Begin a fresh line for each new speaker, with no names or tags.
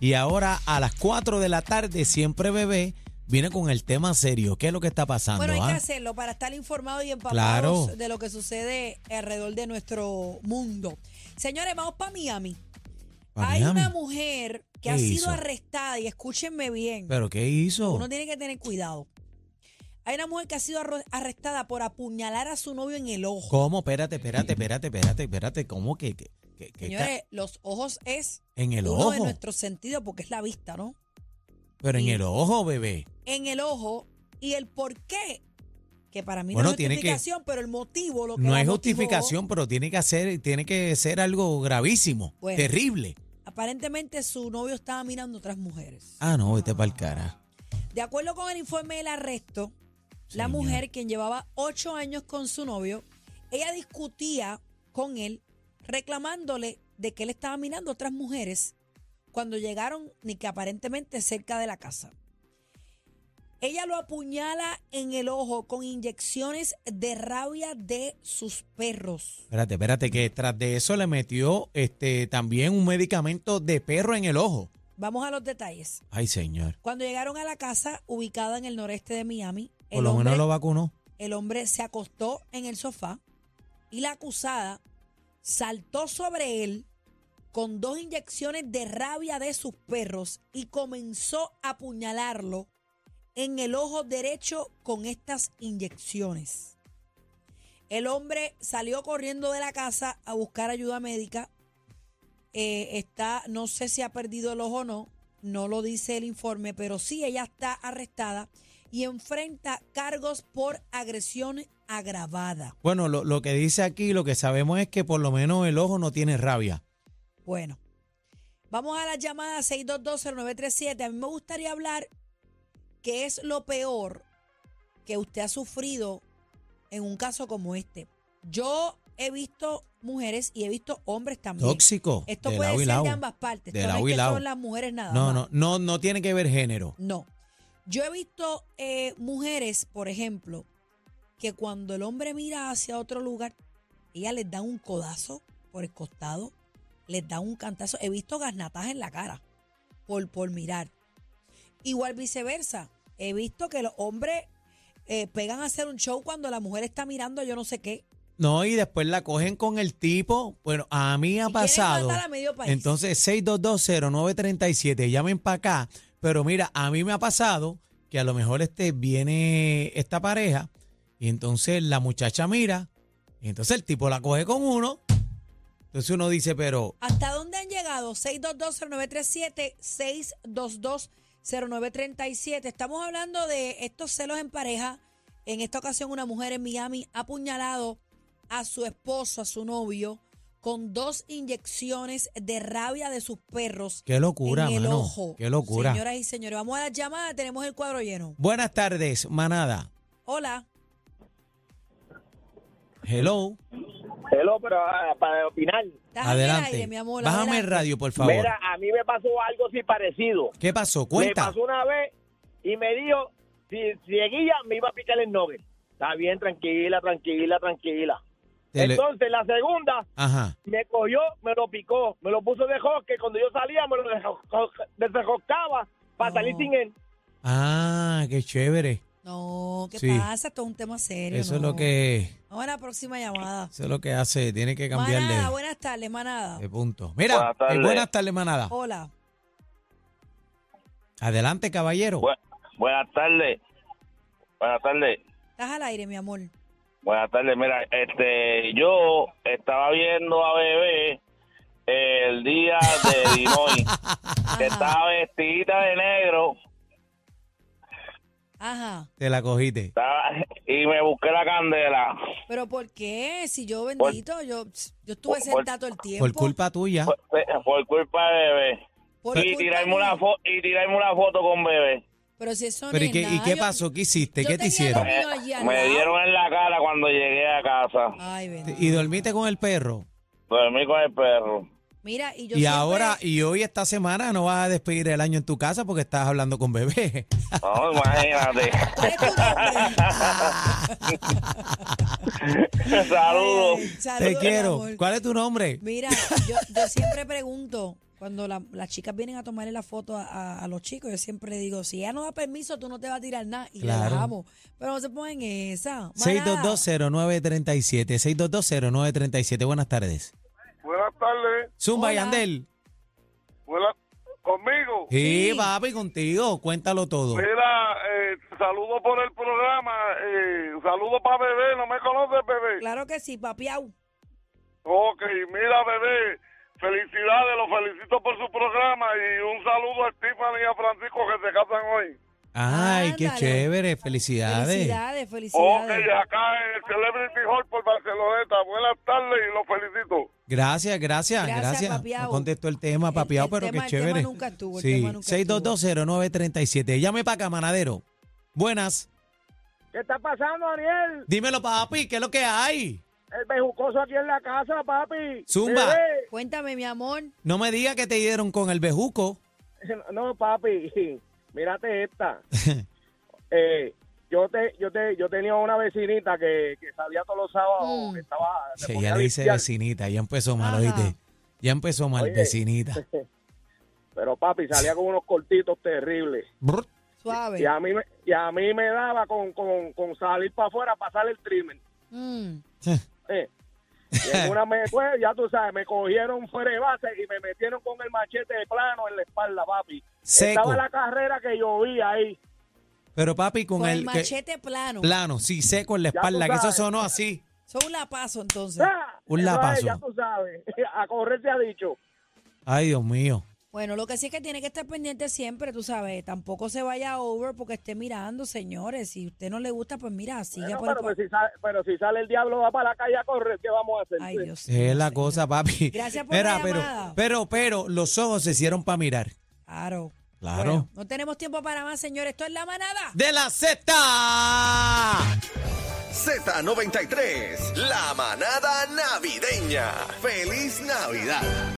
Y ahora a las 4 de la tarde, siempre bebé, viene con el tema serio. ¿Qué es lo que está pasando?
Bueno, hay que
ah?
hacerlo para estar informado y empapados
Claro.
de lo que sucede alrededor de nuestro mundo. Señores, vamos para Miami.
Pa'
Hay
Miami.
una mujer que
¿Qué
ha sido
hizo?
arrestada y escúchenme bien.
¿Pero qué hizo?
Uno tiene que tener cuidado. Hay una mujer que ha sido arro- arrestada por apuñalar a su novio en el ojo.
¿Cómo? Espérate, espérate, espérate, espérate, espérate. ¿Cómo que, que- que- que ca-
Señores, los ojos es
en el
uno de
ojo?
nuestros sentidos porque es la vista, ¿no?
Pero en
Sí.
el ojo, bebé.
En el ojo y el por qué, que para mí
Bueno,
no es
tiene que-
justificación, pero el motivo, lo que
No
la
es
motivó,
justificación, pero tiene que hacer, tiene que ser algo gravísimo,
Bueno.
terrible.
Aparentemente su novio estaba mirando otras mujeres.
Ah, no, vete para el cara.
De acuerdo con el informe del arresto, la
Señor.
mujer, quien llevaba ocho años con su novio, ella discutía con él, reclamándole de que él estaba mirando a otras mujeres cuando llegaron, ni que aparentemente cerca de la casa. Ella lo apuñala en el ojo con inyecciones de rabia de sus perros.
Espérate, espérate, que tras de eso le metió este también un medicamento de perro en el ojo.
Vamos a los detalles.
Ay, señor.
Cuando llegaron a la casa ubicada en el noreste de Miami,
Por
el
lo menos
hombre-
lo vacunó.
El hombre se acostó en el sofá y la acusada saltó sobre él con dos inyecciones de rabia de sus perros y comenzó a apuñalarlo en el ojo derecho con estas inyecciones. El hombre salió corriendo de la casa a buscar ayuda médica. Eh, está, no sé si ha perdido el ojo o no, no lo dice el informe, pero sí ella está arrestada y enfrenta cargos por agresión agravada.
Bueno, lo, lo que dice aquí, lo que sabemos es que por lo menos el ojo no tiene rabia.
Bueno, vamos a la llamada 6220937. A mí me gustaría hablar qué es lo peor que usted ha sufrido en un caso como este. Yo he visto mujeres y he visto hombres también.
Tóxico.
Esto
de
puede
lado y
ser
lado.
de ambas partes.
De
Esto no
lado
es
y
que
lado.
son las mujeres nada
No,
más.
no, no, no tiene que ver género.
No. Yo he visto eh, mujeres, por ejemplo, que cuando el hombre mira hacia otro lugar, ellas les dan un codazo por el costado, les dan un cantazo. He visto gasnatas en la cara por, por mirar. Igual viceversa. He visto que los hombres eh, pegan a hacer un show cuando la mujer está mirando yo no sé qué.
No, y después la cogen con el tipo. Bueno, a mí ha
Y quieren
pasado.
matar a medio país.
Entonces, 6220937, llamen para acá. Pero mira, a mí me ha pasado que a lo mejor este viene esta pareja y entonces la muchacha mira y entonces el tipo la coge con uno. Entonces uno dice, pero
¿Hasta dónde han llegado? 6220937, 6220937. Estamos hablando de estos celos en pareja. En esta ocasión una mujer en Miami ha apuñalado a su esposo, a su novio, con dos inyecciones de rabia de sus perros
qué locura,
en el
mano.
ojo.
Qué locura.
Señoras y señores, vamos a la llamada, tenemos el cuadro lleno.
Buenas tardes, manada.
Hola.
Hello.
Hello, pero ah, para opinar.
Estás en el
adelante.
aire, mi amor,
Bájame el
adelante.
radio, por favor.
Mira, a mí me pasó algo así parecido.
¿Qué pasó?
Me
Cuenta.
pasó una vez y me dijo, si si seguía, me iba a picar el nugget. Está bien, tranquila, tranquila, tranquila.
Te le-
Entonces, la segunda,
Ajá.
me cogió, me lo picó, me lo puso de que Cuando yo salía, me lo dejo- desejoscaba para
No.
salir sin él.
Ah, qué chévere.
No, ¿qué
Sí.
pasa? Esto es un tema serio.
Eso es
no.
lo que
Vamos a la próxima llamada.
eso es lo que hace, tiene que cambiarle
Manada, buenas tardes, manada.
de punto. Mira, eh, buenas
Buenas
tardes,
tardes.
manada.
Hola.
Adelante, caballero.
Bu- buenas tardes. Buenas tardes.
Estás al aire, mi amor.
Buenas tardes. Mira, este, yo estaba viendo a Bebé el día de Dinoy, que
Ajá.
estaba vestidita de negro,
Ajá.
Te la cogiste.
estaba- y me busqué la candela.
Pero ¿por qué? Si yo bendito, yo, yo estuve
por-
sentada todo el tiempo.
Por culpa tuya.
Por, por culpa de Bebé.
Por
Y
culpa
tirarme,
mía.
una fo- y tirarme una foto con Bebé.
Pero si eso
Pero
no
¿y
es
qué, y
nada,
qué
yo-
pasó? ¿Qué hiciste?
yo
¿Qué te
tenía
hicieron?
dos-
Me,
Mío, allí al
Eh, me
lado.
dieron en la cara cuando llegué a casa.
Ay, verdad.
Y dormiste con el perro.
Dormí con el perro.
Mira, y yo
Y
siempre-
ahora, y hoy esta semana no vas a despedir el año en tu casa porque estás hablando con bebé.
No, imagínate.
¿Cuál es tu nombre?
Saludos.
Ay, saludos,
Te
mi
quiero.
eh, amor.
¿Cuál es tu nombre?
Mira, yo, yo siempre pregunto, Cuando la- las chicas vienen a tomarle la foto a, a- a los chicos, yo siempre digo, si ella no da permiso, tú no te vas a tirar nada y la
Claro.
dejamos. Pero no se ponen esa. Más nada.
6220937, 6220937, buenas tardes.
Buenas tardes.
Zumba
Hola.
Yandel.
Buenas, conmigo.
Sí,
Sí.
papi, contigo, cuéntalo todo.
Mira, eh, saludo por el programa. Eh, saludo para bebé. ¿No me conoces, bebé?
Claro que sí, papiau.
Ok, mira, bebé. Felicidades, lo felicito por su programa y un saludo a Stephanie y a Francisco que se casan hoy.
Ay, qué
Ándale.
chévere, felicidades.
Felicidades,
Ok,
felicidades.
acá en el Celebrity Hall por Barceloneta. Buenas tardes y lo felicito.
Gracias, gracias,
Gracias,
gracias.
papiao.
No contestó el tema,
El-
papiao,
el
pero
tema-
qué
el tema
chévere.
nunca estuvo, el
sí,
tema nunca
6220937. Llame para acá, manadero. Buenas.
¿Qué está pasando, Ariel?
Dímelo, papi, ¿qué es lo que hay?
El bejucoso aquí en la casa, papi.
Zumba.
Bebé.
Cuéntame, mi amor.
No me diga que te dieron con el bejuco.
No, papi, mírate esta. Eh, yo te, yo te, yo tenía una vecinita que, que salía todos los sábados,
Mm.
que estaba. se
Sí,
ponía
ya
a
le dice
limpiar.
vecinita, ya empezó mal,
Ajá.
oíste. Ya empezó mal,
Oye. este,
vecinita.
Pero papi salía con unos cortitos terribles.
Brr.
Suave.
Y a mí me, y a mí me daba con, con, con salir para afuera, pasar el trimmer.
Mm.
Eh. Y en una me fue, ya tú sabes, me cogieron fuera de base y me metieron con el machete de plano en la espalda, papi.
Seco.
Estaba la carrera que yo vi ahí.
Pero papi, con,
Con el,
el, que-
machete plano.
plano, sí, seco en la
tú
espalda, que eso
sabes.
sonó así.
Son la paso entonces.
¡Ah!
Un
Eso es,
lapazo.
Ya tú sabes, a correr se ha dicho.
Ay, Dios mío.
Bueno, lo que sí es que tiene que estar pendiente siempre, tú sabes, tampoco se vaya over porque esté mirando, señores. Si usted no le gusta, pues mira, siga
Bueno,
por el
pero,
pa-
que si sale, pero si sale el diablo, va para la calle a correr, ¿qué vamos a hacer?
Ay, Dios. mío,
Es la
señor.
cosa, papi.
Gracias por la
pero,
llamada.
pero, pero, los ojos se hicieron para mirar.
Claro.
Claro.
Bueno, no tenemos tiempo para más, señores. Esto es la manada.
¡De la Z!
Z93, la manada navideña. ¡Feliz Navidad!